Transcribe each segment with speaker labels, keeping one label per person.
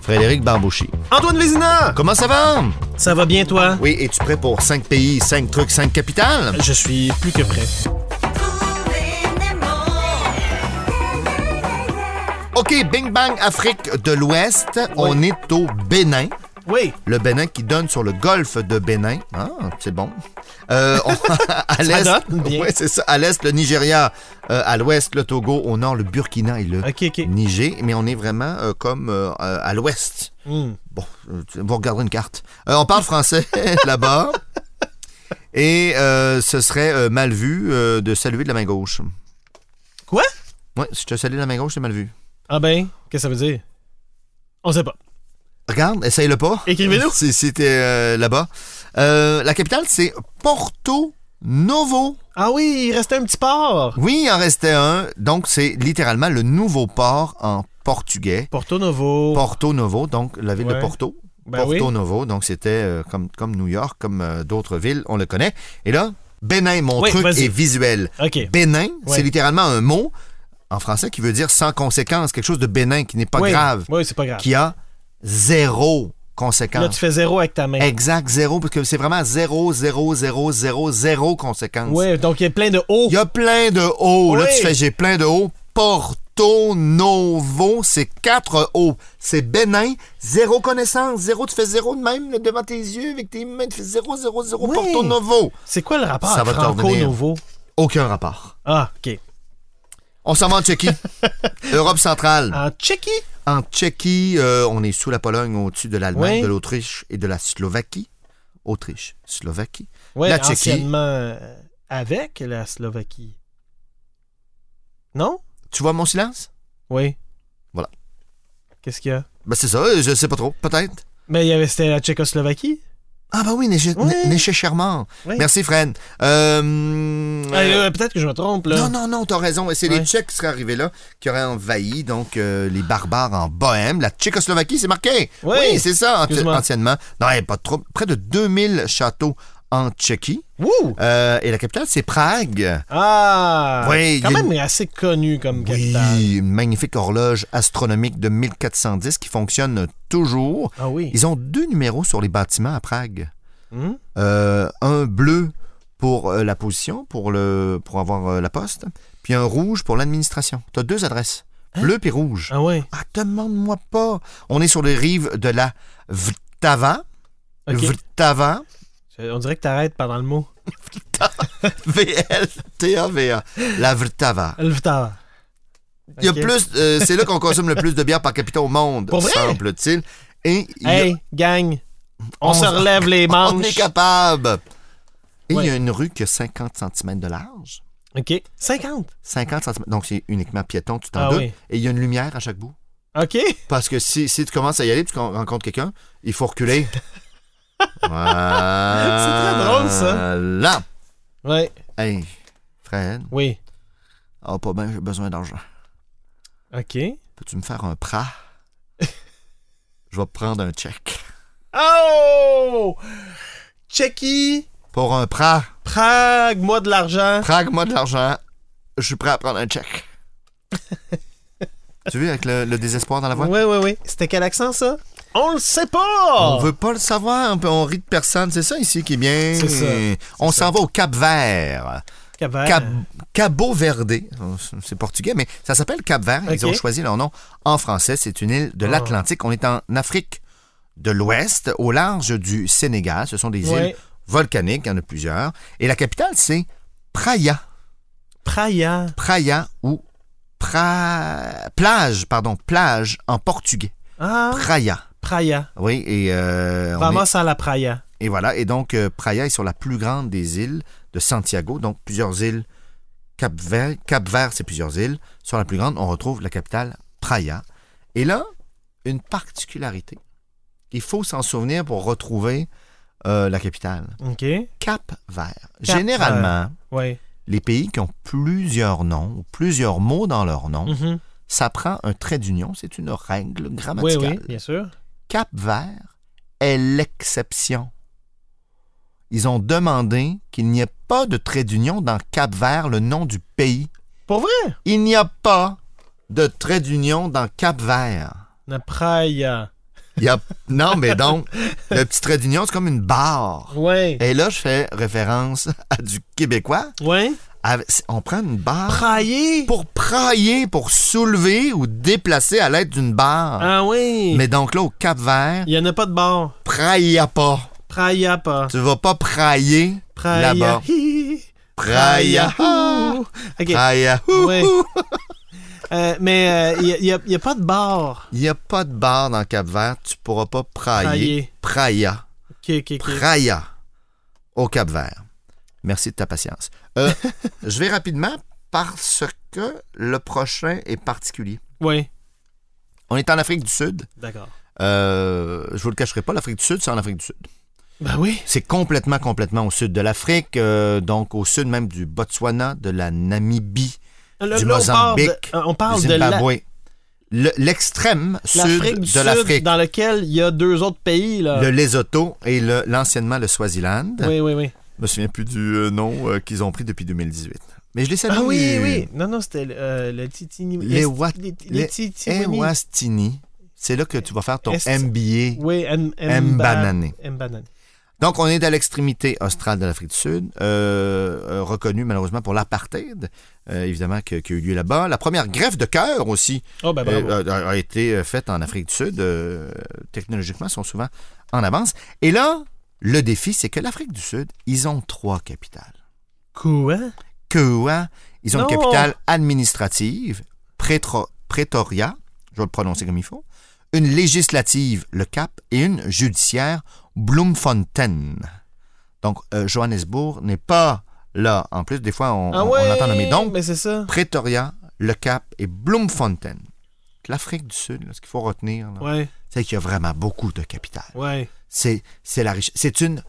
Speaker 1: Frédéric Barbouchi. Antoine Vézina, comment ça va?
Speaker 2: Ça va bien, toi?
Speaker 1: Oui, es-tu prêt pour 5 pays, 5 trucs, 5 capitales?
Speaker 2: Je suis plus que prêt.
Speaker 1: OK, Bing Bang Afrique de l'Ouest, on est au Bénin.
Speaker 2: Oui,
Speaker 1: Le Bénin qui donne sur le golfe de Bénin. Ah, c'est bon. Euh, on- à l'est,
Speaker 2: note bien.
Speaker 1: Ouais, c'est ça. À l'est, le Nigeria. Euh, à l'ouest, le Togo. Au nord, le Burkina et le
Speaker 2: ok, ok.
Speaker 1: Niger. Mais on est vraiment euh, comme euh, euh, à l'ouest.
Speaker 2: Hmm.
Speaker 1: Bon, euh, vous regarderez une carte. Euh, on parle français là-bas. Et euh, ce serait euh, mal vu euh, de saluer de la main gauche.
Speaker 2: Quoi?
Speaker 1: Ouais, si je te salue de la main gauche, c'est mal vu.
Speaker 2: Ah ben, qu'est-ce que ça veut dire? On sait pas.
Speaker 1: Regarde, essaye-le pas.
Speaker 2: Écrivez-nous.
Speaker 1: Si, si t'es, euh, là-bas. Euh, la capitale, c'est Porto Novo.
Speaker 2: Ah oui, il restait un petit port.
Speaker 1: Oui, il en restait un. Donc, c'est littéralement le nouveau port en portugais.
Speaker 2: Porto Novo.
Speaker 1: Porto Novo, donc la ville de
Speaker 2: Ouais.
Speaker 1: Porto.
Speaker 2: ben oui.
Speaker 1: Porto Novo, donc c'était euh, comme, comme New York, comme euh, d'autres villes, on le connaît. Et là, Bénin, mon
Speaker 2: Oui,
Speaker 1: truc
Speaker 2: vas-y.
Speaker 1: est visuel.
Speaker 2: Ok.
Speaker 1: Bénin, c'est
Speaker 2: Ouais.
Speaker 1: littéralement un mot en français qui veut dire sans conséquence, quelque chose de bénin qui n'est pas
Speaker 2: Oui.
Speaker 1: grave,
Speaker 2: Oui, c'est pas grave.
Speaker 1: qui a zéro conséquence.
Speaker 2: Là, tu fais zéro avec ta main.
Speaker 1: Exact, zéro, parce que c'est vraiment zéro, zéro, zéro, zéro, zéro conséquence.
Speaker 2: Oui, donc il y a plein de hauts.
Speaker 1: Il y a plein de hauts. Là,
Speaker 2: Oui.
Speaker 1: tu fais j'ai plein de hauts. Porto Novo, c'est quatre hauts. C'est bénin, zéro connaissance, zéro, tu fais zéro de même là, devant tes yeux avec tes mains, tu fais zéro, zéro, zéro,
Speaker 2: Oui.
Speaker 1: Porto Novo.
Speaker 2: C'est quoi le rapport
Speaker 1: Ça
Speaker 2: à
Speaker 1: va te
Speaker 2: Franco
Speaker 1: revenir.
Speaker 2: Novo?
Speaker 1: Aucun rapport.
Speaker 2: Ah, ok.
Speaker 1: On s'en va en Tchéquie. Europe centrale.
Speaker 2: En Tchéquie?
Speaker 1: En Tchéquie, euh, on est sous la Pologne, au-dessus de l'Allemagne,
Speaker 2: Ah. Oui.
Speaker 1: de l'Autriche et de la Slovaquie. Autriche, Slovaquie.
Speaker 2: Oui,
Speaker 1: La Tchéquie.
Speaker 2: anciennement euh, avec la Slovaquie. Non?
Speaker 1: Tu vois mon silence?
Speaker 2: Oui.
Speaker 1: Voilà.
Speaker 2: Qu'est-ce qu'il y a?
Speaker 1: Ben c'est ça, euh, je sais pas trop, peut-être.
Speaker 2: Mais il y avait, c'était la Tchécoslovaquie?
Speaker 1: Ah bah oui, Néché
Speaker 2: Oui.
Speaker 1: Né- Néché Charmant.
Speaker 2: Oui.
Speaker 1: Merci, Fred. Euh,
Speaker 2: Ah,
Speaker 1: euh,
Speaker 2: euh, Peut-être que je me trompe, là.
Speaker 1: non, non, non, t'as raison. C'est les
Speaker 2: Ouais.
Speaker 1: Tchèques qui seraient arrivés là, qui auraient envahi donc euh, les barbares en Bohème. La Tchécoslovaquie, c'est marqué.
Speaker 2: Oui.
Speaker 1: c'est ça, anti-
Speaker 2: Excuse-moi.
Speaker 1: anciennement. Non, hey, pas de trouble. Près de 2000 châteaux en Tchéquie.
Speaker 2: Wouh!
Speaker 1: Euh, et la capitale, c'est Prague.
Speaker 2: Ah!
Speaker 1: Oui,
Speaker 2: quand
Speaker 1: il y a-
Speaker 2: même assez connu comme capitale.
Speaker 1: Oui, une magnifique horloge astronomique de 1410 qui fonctionne toujours.
Speaker 2: Ah oui.
Speaker 1: Ils ont deux numéros sur les bâtiments à Prague.
Speaker 2: Hmm?
Speaker 1: Euh, un bleu pour euh, la position, pour, le, pour avoir euh, la poste, puis un rouge pour l'administration. Tu as deux adresses, bleu puis rouge.
Speaker 2: Ah oui.
Speaker 1: Ah, demande-moi pas. On est sur les rives de la Vltava.
Speaker 2: Ok.
Speaker 1: Vltava.
Speaker 2: On dirait que t'arrêtes pendant le mot.
Speaker 1: V-L-T-A-V-A. La Vltava.
Speaker 2: Elvtar.
Speaker 1: Il y a plus, euh, c'est là qu'on consomme le plus de bière par capita au monde,
Speaker 2: Pour vrai?
Speaker 1: semble-t-il. Et il y a-
Speaker 2: Hey, gang! On,
Speaker 1: On-
Speaker 2: se relève les
Speaker 1: on est
Speaker 2: manches.
Speaker 1: capable. Et il y a
Speaker 2: Ouais.
Speaker 1: une rue qui a 50 cm de large.
Speaker 2: OK. 50.
Speaker 1: 50 cm. Donc, c'est uniquement piéton, tu t'en
Speaker 2: Ah
Speaker 1: doutes.
Speaker 2: oui.
Speaker 1: Et il y a une lumière à chaque bout.
Speaker 2: OK.
Speaker 1: Parce que si, si tu commences à y aller, puis tu con- rencontres quelqu'un, il faut reculer. Voilà.
Speaker 2: drôle, ça.
Speaker 1: Là.
Speaker 2: Ouais.
Speaker 1: Hey, Fred,
Speaker 2: Oui.
Speaker 1: ah, pas bien, j'ai besoin d'argent.
Speaker 2: OK.
Speaker 1: Peux-tu me faire un pra? Je vais prendre un chèque.
Speaker 2: Oh! Tchéquie,
Speaker 1: Pour un pra,
Speaker 2: Prague, moi de l'argent.
Speaker 1: prague-moi de l'argent. Je suis prêt à prendre un chèque. tu vois, avec le, le désespoir dans la voix?
Speaker 2: Oui, oui, oui. C'était quel accent, ça? On le sait pas!
Speaker 1: On veut pas le savoir, on peut- on rit de personne, c'est ça ici qui est bien.
Speaker 2: C'est ça,
Speaker 1: On s'en va au Cap Vert.
Speaker 2: Cap-Vert.
Speaker 1: Cap- Cabo Verde, c'est portugais, mais ça s'appelle Cap Vert. Ils
Speaker 2: Ok.
Speaker 1: ont choisi leur nom en français. C'est une île de
Speaker 2: Ah.
Speaker 1: l'Atlantique. On est en Afrique de l'Ouest, au large du Sénégal. Ce sont des îles
Speaker 2: Ouais.
Speaker 1: volcaniques, il y en a plusieurs. Et la capitale, c'est Praia.
Speaker 2: Praia.
Speaker 1: Praia ou pra... plage, pardon, plage en portugais.
Speaker 2: Ah,
Speaker 1: Praia.
Speaker 2: Praia.
Speaker 1: Oui, et euh, on est-
Speaker 2: Vamos à la Praia.
Speaker 1: Et voilà, et donc euh, Praia est sur la plus grande des îles de Santiago, donc plusieurs îles. Cap Vert, Cap Vert, c'est plusieurs îles. Sur la plus grande, on retrouve la capitale Praia. Et là, une particularité. Il faut s'en souvenir pour retrouver euh, la capitale.
Speaker 2: OK.
Speaker 1: Cap Vert.
Speaker 2: Cap
Speaker 1: Généralement,
Speaker 2: Oui.
Speaker 1: les pays qui ont plusieurs noms ou plusieurs mots dans leur nom,
Speaker 2: Mhm.
Speaker 1: ça prend un trait d'union. C'est une règle
Speaker 2: Oui,
Speaker 1: grammaticale.
Speaker 2: oui, bien sûr.
Speaker 1: Cap Vert est l'exception. Ils ont demandé qu'il n'y ait pas de trait d'union dans Cap Vert, le nom du pays.
Speaker 2: Pour vrai?
Speaker 1: Il n'y a pas de trait d'union dans Cap Vert.
Speaker 2: La Praia.
Speaker 1: Il y a- Non, mais donc, le petit trait d'union, c'est comme une barre.
Speaker 2: Ouais.
Speaker 1: Et là, je fais référence à du québécois.
Speaker 2: Ouais.
Speaker 1: Avec- On prend une barre
Speaker 2: Prailler.
Speaker 1: pour prailler, pour soulever ou déplacer à l'aide d'une barre.
Speaker 2: Ah oui.
Speaker 1: Mais donc là, au Cap-Vert,
Speaker 2: Il y en a pas de bord.
Speaker 1: praille pas.
Speaker 2: Praia pas.
Speaker 1: Tu vas pas prailler
Speaker 2: Praia.
Speaker 1: là-bas. Ah.
Speaker 2: Hi.
Speaker 1: Praille.
Speaker 2: Ouh. OK.
Speaker 1: Praille.
Speaker 2: Ouais. Euh, mais il n'y a, y a pas de barre.
Speaker 1: Il n'y a pas de barre dans Cap-Vert. Tu pourras pas prailler. Praia.
Speaker 2: OK, OK, OK.
Speaker 1: Praia au Cap-Vert. Merci de ta patience. Euh, je vais rapidement parce que le prochain est particulier.
Speaker 2: Oui.
Speaker 1: On est en Afrique du Sud.
Speaker 2: D'accord.
Speaker 1: Euh, je vous le cacherai pas, l'Afrique du Sud, c'est en Afrique du Sud.
Speaker 2: Ben oui.
Speaker 1: C'est complètement, complètement au sud de l'Afrique, euh, donc au sud même du Botswana, de la Namibie,
Speaker 2: Là,
Speaker 1: Du
Speaker 2: là, on parle de-
Speaker 1: Mozambique,
Speaker 2: euh, On
Speaker 1: du
Speaker 2: parle de la-
Speaker 1: Zimbabwe. Le- L'extrême sud
Speaker 2: l'Afrique du
Speaker 1: de
Speaker 2: Sud
Speaker 1: l'Afrique,
Speaker 2: dans lequel il y a deux autres pays. Là.
Speaker 1: le Lesotho et le- l'anciennement le, Swaziland.
Speaker 2: Oui, oui, oui.
Speaker 1: Je me souviens plus du euh, nom euh, qu'ils ont pris depuis 2018. Mais je les salue.
Speaker 2: Ah oui, oui. Non, non, c'était le- euh, le Titini.
Speaker 1: Les
Speaker 2: est-
Speaker 1: Wat-
Speaker 2: les-
Speaker 1: les
Speaker 2: Les Titini.
Speaker 1: euh, Ewastini, c'est là que tu vas faire ton
Speaker 2: Est-
Speaker 1: MBA
Speaker 2: Oui, M. M.
Speaker 1: M-banané.
Speaker 2: M-banane.
Speaker 1: Donc, on est à l'extrémité australe de l'Afrique du Sud, euh, euh, reconnue malheureusement pour l'apartheid, euh, évidemment, que- qui a eu lieu là-bas. La première greffe de cœur aussi
Speaker 2: Oh, ben bravo.
Speaker 1: euh, a, a été euh, faite en Afrique du Sud. euh, technologiquement, ils sont souvent en avance. Et là, le défi, c'est que l'Afrique du Sud, ils ont trois capitales.
Speaker 2: Quoi?
Speaker 1: Kua, ils ont une
Speaker 2: Non.
Speaker 1: capitale administrative, Prétro- Pretoria, je vais le prononcer comme il faut, une législative, le Cap, et une judiciaire, Bloemfontein. Donc, euh, Johannesburg n'est pas là. En plus, des fois, on,
Speaker 2: Ah
Speaker 1: on- on
Speaker 2: ouais,
Speaker 1: entend nommer. Donc,
Speaker 2: Mais c'est ça.
Speaker 1: Pretoria, le Cap et Bloemfontein. L'Afrique du Sud, là, ce qu'il faut retenir, là,
Speaker 2: Ouais,
Speaker 1: c'est qu'il y a vraiment beaucoup de capitales.
Speaker 2: ouais.
Speaker 1: C'est c'est la richesse. C'est une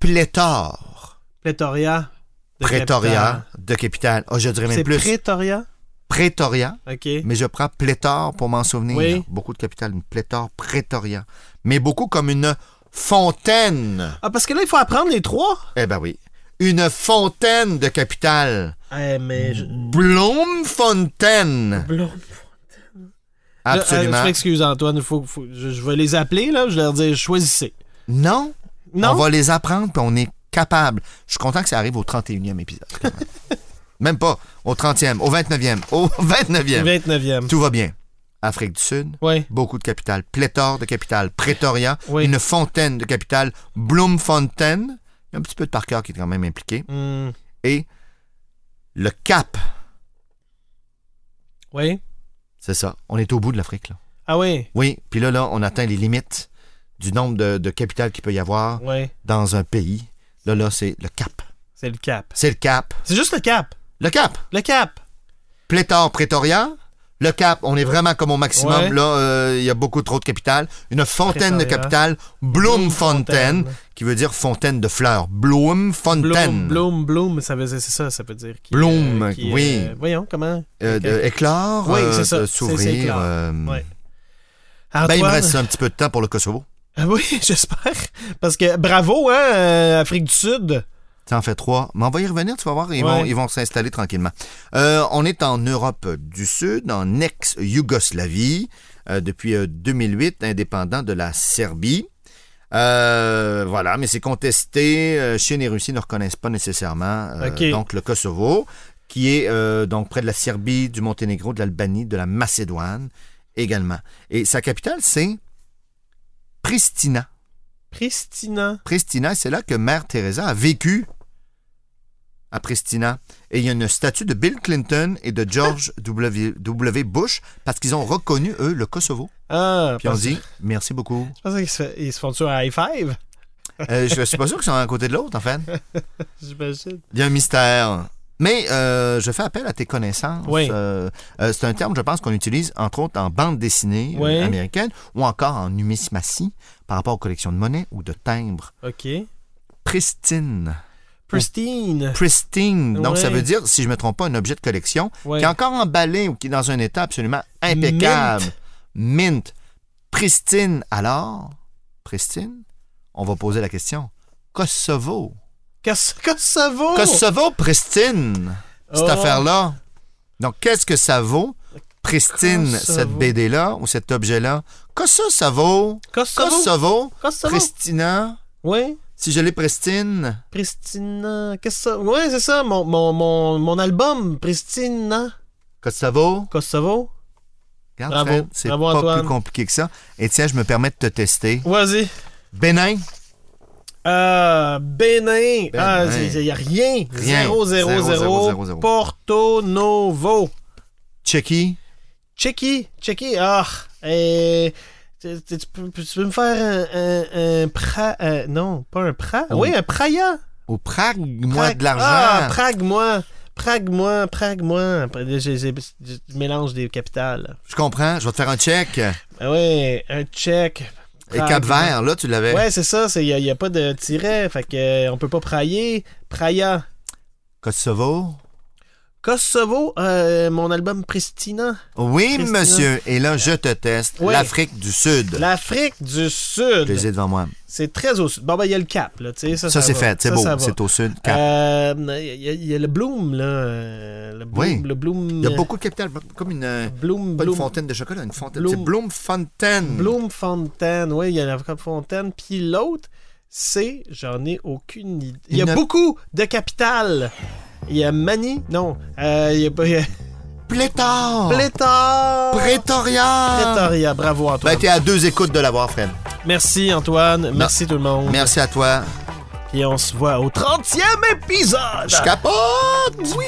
Speaker 1: pléthore.
Speaker 2: Pretoria. de
Speaker 1: Pretoria de capitale. Oh, je dirais
Speaker 2: capitale.
Speaker 1: même
Speaker 2: C'est
Speaker 1: plus.
Speaker 2: Pretoria?
Speaker 1: Pretoria,
Speaker 2: OK.
Speaker 1: mais je prends pléthore pour m'en souvenir.
Speaker 2: Oui.
Speaker 1: Beaucoup de capitales, une pléthore, Pretoria. Mais beaucoup comme une fontaine.
Speaker 2: Ah, parce que là, il faut apprendre les trois.
Speaker 1: Eh ben oui. Une fontaine de capitale.
Speaker 2: Eh, mais... je-
Speaker 1: Hmm. Bloemfontein.
Speaker 2: Blond. Là, euh,
Speaker 1: Absolument.
Speaker 2: je m'excuse, Antoine. Faut, faut- je, je vais les appeler, là. Je vais leur dire, choisissez.
Speaker 1: Non,
Speaker 2: Non?
Speaker 1: on va les apprendre, puis on est capable. Je suis content que ça arrive au 31e épisode. quand même. même pas. Au 30e, au 29e, au 29e.
Speaker 2: 29e.
Speaker 1: Tout va bien. Afrique du Sud,
Speaker 2: Ouais.
Speaker 1: beaucoup de capitales, pléthore de capitales, Pretoria,
Speaker 2: Oui.
Speaker 1: une fontaine de capitales, Bloemfontein, il y a un petit peu de par cœur qui est quand même impliqué,
Speaker 2: Hmm.
Speaker 1: et le Cap,
Speaker 2: Ouais.
Speaker 1: c'est ça, on est au bout de l'Afrique. là.
Speaker 2: Ah oui.
Speaker 1: Oui, puis là, là, on atteint les limites du nombre de, de capitales qu'il peut y avoir
Speaker 2: Ouais.
Speaker 1: dans un pays. Là, là, c'est le Cap.
Speaker 2: C'est le cap.
Speaker 1: C'est le Cap.
Speaker 2: C'est juste le cap.
Speaker 1: Le Cap.
Speaker 2: Le cap.
Speaker 1: Pléthore, Pretoria. Le Cap, on est vraiment comme au maximum.
Speaker 2: Ouais.
Speaker 1: Là, euh, il y a beaucoup trop de capitales. Une fontaine de
Speaker 2: Pretoria.
Speaker 1: capitales, Bloemfontein, qui veut dire fontaine de fleurs. Bloemfontein.
Speaker 2: Bloom, bloom, bloom, ça veut dire, c'est ça, ça veut dire qui,
Speaker 1: Bloom,
Speaker 2: qui,
Speaker 1: oui.
Speaker 2: voyons comment.
Speaker 1: Euh, de- éclore,
Speaker 2: Oui,
Speaker 1: euh,
Speaker 2: c'est ça.
Speaker 1: de
Speaker 2: C'est-
Speaker 1: s'ouvrir.
Speaker 2: c'est éclore.
Speaker 1: euh,
Speaker 2: Ouais.
Speaker 1: ben, il me
Speaker 2: Antoine-
Speaker 1: reste un petit peu de temps pour le Kosovo.
Speaker 2: Ah Oui, j'espère. Parce que bravo, hein, euh, Afrique du Sud.
Speaker 1: Ça en fait trois. Mais on va y revenir, tu vas voir. Ils
Speaker 2: Ouais.
Speaker 1: vont ils vont s'installer tranquillement. Euh, on est en Europe du Sud, en ex-Yougoslavie, euh, depuis euh, 2008, indépendant de la Serbie. Euh, voilà, mais c'est contesté. Euh, Chine et Russie ne reconnaissent pas nécessairement euh,
Speaker 2: Ok.
Speaker 1: donc le Kosovo, qui est euh, donc près de la Serbie, du Monténégro, de l'Albanie, de la Macédoine également. Et sa capitale, c'est Pristina.
Speaker 2: Pristina.
Speaker 1: Pristina, c'est là que Mère Teresa a vécu à Pristina. Et il y a une statue de Bill Clinton et de George
Speaker 2: Ah.
Speaker 1: W. W. Bush parce qu'ils ont reconnu, eux, le Kosovo.
Speaker 2: Ah,
Speaker 1: Puis on
Speaker 2: parce-
Speaker 1: dit merci beaucoup.
Speaker 2: Je pense qu'ils se, ils se font-tu un high five,
Speaker 1: Euh, je suis pas sûr qu'ils sont à côté de l'autre, en fait.
Speaker 2: j'imagine.
Speaker 1: Il y a un mystère. Mais euh, je fais appel à tes connaissances.
Speaker 2: Oui.
Speaker 1: Euh, euh, c'est un terme, je pense, qu'on utilise entre autres en bande dessinée euh,
Speaker 2: Oui.
Speaker 1: américaine ou encore en numismatie par rapport aux collections de monnaie ou de timbres.
Speaker 2: OK.
Speaker 1: Pristine.
Speaker 2: Pristine.
Speaker 1: Pristine. Donc,
Speaker 2: Ouais.
Speaker 1: ça veut dire, si je me trompe pas, un objet de collection
Speaker 2: Ouais.
Speaker 1: qui est encore emballé ou qui est dans un état absolument impeccable. Mint. Pristine. Alors, pristine, on va poser la question. Kosovo.
Speaker 2: Kos- Kosovo.
Speaker 1: Kosovo, pristine, cette
Speaker 2: Oh.
Speaker 1: affaire-là. Donc, qu'est-ce que ça vaut? pristine
Speaker 2: Kosovo.
Speaker 1: cette BD-là ou cet objet-là. Qu'est-ce que ça vaut?
Speaker 2: Kosovo.
Speaker 1: Qu'est-ce que ça vaut?
Speaker 2: Kosovo.
Speaker 1: Pristina.
Speaker 2: Oui.
Speaker 1: Si je l'ai pristine,
Speaker 2: Pristina. Qu'est-ce que ça? Oui, c'est ça. Mon, mon, mon, mon album, Pristina.
Speaker 1: qu'est-ce que ça vaut?
Speaker 2: Kosovo.
Speaker 1: Regarde,
Speaker 2: Bravo.
Speaker 1: Fred, c'est
Speaker 2: Bravo,
Speaker 1: pas
Speaker 2: Antoine.
Speaker 1: plus compliqué que ça. Et tiens, je me permets de te tester.
Speaker 2: Vas-y.
Speaker 1: Bénin,
Speaker 2: Euh, Bénin. Ah,
Speaker 1: Bénin.
Speaker 2: il n'y a rien.
Speaker 1: Rien.
Speaker 2: 0, 0, 0,
Speaker 1: Zéro, zéro, zéro, zéro.
Speaker 2: Porto Novo.
Speaker 1: Tchéquie,
Speaker 2: Checky. Checky. Ah. euh, tu, tu- tu peux, tu peux me faire un, un, un pra... euh, non, pas un pra...
Speaker 1: Oui.
Speaker 2: Oui, un praya.
Speaker 1: au Prague, moi,
Speaker 2: Prague.
Speaker 1: de l'argent.
Speaker 2: Ah, Prague-moi. Prague-moi, Prague-moi. Après, là, j'ai- j'ai- Je mélange des capitales.
Speaker 1: Je comprends, je vais te faire un check.
Speaker 2: Ah ouais, un tchèque.
Speaker 1: Et
Speaker 2: Prague.
Speaker 1: Cap-Vert, là, tu l'avais.
Speaker 2: Ouais, c'est ça. Il n'y a, y a pas de tiret. Fait que, euh, on peut pas prailler. Praia.
Speaker 1: Kosovo.
Speaker 2: Kosovo, euh, mon album Pristina.
Speaker 1: Oui,
Speaker 2: Pristina.
Speaker 1: monsieur. Et là, je te teste.
Speaker 2: Ouais.
Speaker 1: L'Afrique du Sud.
Speaker 2: L'Afrique du
Speaker 1: Je les
Speaker 2: Sud.
Speaker 1: ai devant moi.
Speaker 2: C'est très au sud. Bon, ben, il y a le cap, là. tu sais, Ça,
Speaker 1: Ça, c'est
Speaker 2: va.
Speaker 1: fait. C'est
Speaker 2: Ça,
Speaker 1: beau.
Speaker 2: ça va.
Speaker 1: C'est au Sud. Cap.
Speaker 2: Euh, Il y, a- il y a le Bloom, là. euh, Le Bloom.
Speaker 1: Oui.
Speaker 2: Le Bloom.
Speaker 1: Il y a beaucoup de capitales. Comme une. euh,
Speaker 2: Bloom,
Speaker 1: Pas
Speaker 2: Bloom.
Speaker 1: une fontaine de chocolat, une fontaine.
Speaker 2: Bloom.
Speaker 1: C'est Bloom Fontaine.
Speaker 2: Bloom Fontaine, oui, il y a la Fontaine. Puis l'autre, c'est, j'en ai aucune idée. Il y a
Speaker 1: Il y en a-
Speaker 2: beaucoup de capitales. Il y a Mani, non. euh, il y a pas. il y a-
Speaker 1: Pléthore.
Speaker 2: Pléthore.
Speaker 1: Pretoria.
Speaker 2: Pretoria, bravo Antoine.
Speaker 1: Ben, t'es à deux écoutes de l'avoir, Fred.
Speaker 2: Merci Antoine, merci tout le monde.
Speaker 1: Merci à toi.
Speaker 2: Et on se voit au 30e épisode.
Speaker 1: Je capote!
Speaker 2: Oui.